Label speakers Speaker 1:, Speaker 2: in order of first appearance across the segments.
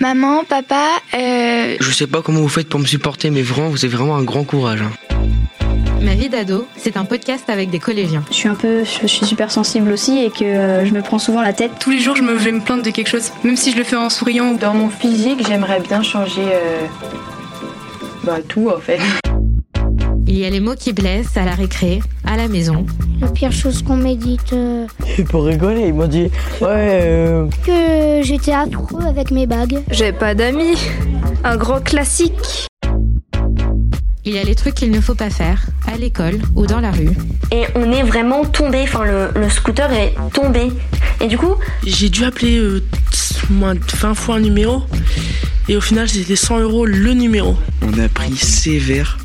Speaker 1: Maman, papa, euh,
Speaker 2: Je sais pas comment vous faites pour me supporter, mais vraiment, vous avez vraiment un grand courage. hein.
Speaker 3: Ma vie d'ado, c'est un podcast avec des collégiens.
Speaker 4: Je suis un peu, je suis super sensible aussi et que euh, je me prends souvent la tête.
Speaker 5: Tous les jours, je, me, je vais me plaindre de quelque chose, même si je le fais en souriant.
Speaker 6: Dans mon physique, j'aimerais bien changer euh, bah, tout en fait.
Speaker 3: Il y a les mots qui blessent à la récré, à la maison.
Speaker 7: La pire chose qu'on médite, euh,
Speaker 8: Et pour rigoler, il m'a dit Ouais, euh,
Speaker 7: que j'étais affreux avec mes bagues.
Speaker 9: J'ai pas d'amis. Un grand classique.
Speaker 3: Il y a les trucs qu'il ne faut pas faire, à l'école ou dans la rue.
Speaker 10: Et on est vraiment tombé, enfin le, le scooter est tombé. Et du coup,
Speaker 11: J'ai dû appeler euh, au moins 20 fois un numéro. Et au final, c'était 100 euros le numéro.
Speaker 2: On a pris sévère.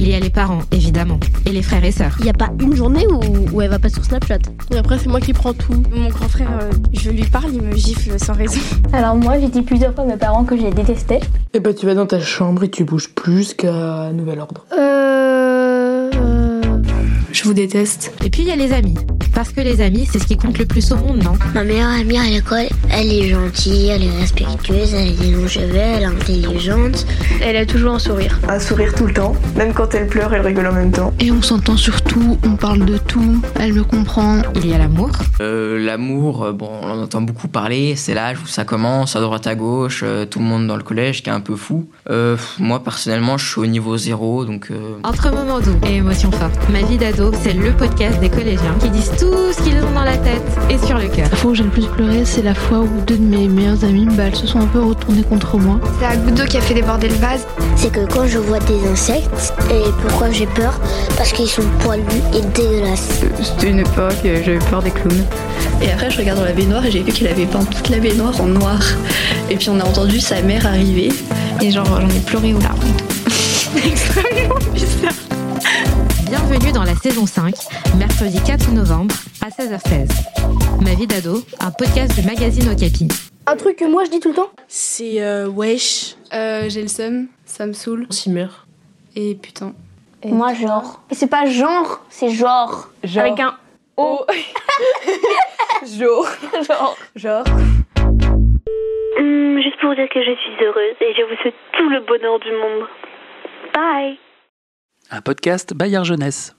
Speaker 3: Il y a les parents, évidemment, et les frères et sœurs.
Speaker 12: Il n'y a pas une journée où, où elle va pas sur Snapchat.
Speaker 9: Et après, c'est moi qui prends tout.
Speaker 5: Mon grand frère,
Speaker 4: euh,
Speaker 5: je lui parle, il me gifle sans raison.
Speaker 13: Alors moi, j'ai dit plusieurs fois à mes parents que je les détestais.
Speaker 8: Eh ben, tu vas dans ta chambre et tu bouges plus qu'à nouvel ordre.
Speaker 7: Euh, euh,
Speaker 5: Je vous déteste.
Speaker 3: Et puis il y a les amis. Parce que les amis, c'est ce qui compte le plus au monde, non
Speaker 14: Ma meilleure amie à l'école, elle est gentille, elle est respectueuse, elle est des longs cheveux, elle est intelligente.
Speaker 9: Elle a toujours un sourire.
Speaker 6: Un sourire tout le temps, même quand elle pleure, elle rigole en même temps.
Speaker 15: Et on s'entend sur tout, on parle de tout, elle me comprend.
Speaker 3: Il y a l'amour.
Speaker 16: Euh, L'amour, euh, bon, on en entend beaucoup parler, c'est l'âge où ça commence, à droite à gauche, euh, tout le monde dans le collège qui est un peu fou. Euh, pff, moi personnellement, je suis au niveau zéro, donc euh,
Speaker 3: Entre moments doux et émotions fortes. Ma vie d'ado, c'est le podcast des collégiens qui disent tout ce qu'ils ont dans la tête et sur le cœur.
Speaker 15: La fois où j'ai le plus pleuré, c'est la fois où deux de mes meilleures amies, bah, elles se sont un peu retournées contre moi.
Speaker 5: C'est la goutte d'eau qui a fait déborder le vase.
Speaker 14: C'est que quand je vois des insectes, et pourquoi j'ai peur Parce qu'ils sont poilus et dégueulasses.
Speaker 9: C'était une époque, j'avais peur des clowns.
Speaker 12: Et après, je regarde dans la baignoire et j'ai vu qu'il avait peint toute la baignoire en noir. Et puis, on a entendu sa mère arriver. Et genre, j'en ai pleuré aux larmes.
Speaker 3: Bienvenue dans la saison 5, mercredi 4 novembre à 16h16. Ma vie d'ado, un podcast du magazine Okapi.
Speaker 7: un truc que moi je dis tout le temps.
Speaker 11: C'est euh, wesh,
Speaker 5: Euh, j'ai le seum, ça me saoule,
Speaker 11: on s'y meurt.
Speaker 5: et putain.
Speaker 13: Moi, genre. Et c'est pas genre, c'est genre. Avec un O.
Speaker 9: Jo.
Speaker 13: genre.
Speaker 9: Genre.
Speaker 14: Hum, juste pour vous dire que je suis heureuse et je vous souhaite tout le bonheur du monde. Bye
Speaker 17: Un podcast Bayard Jeunesse.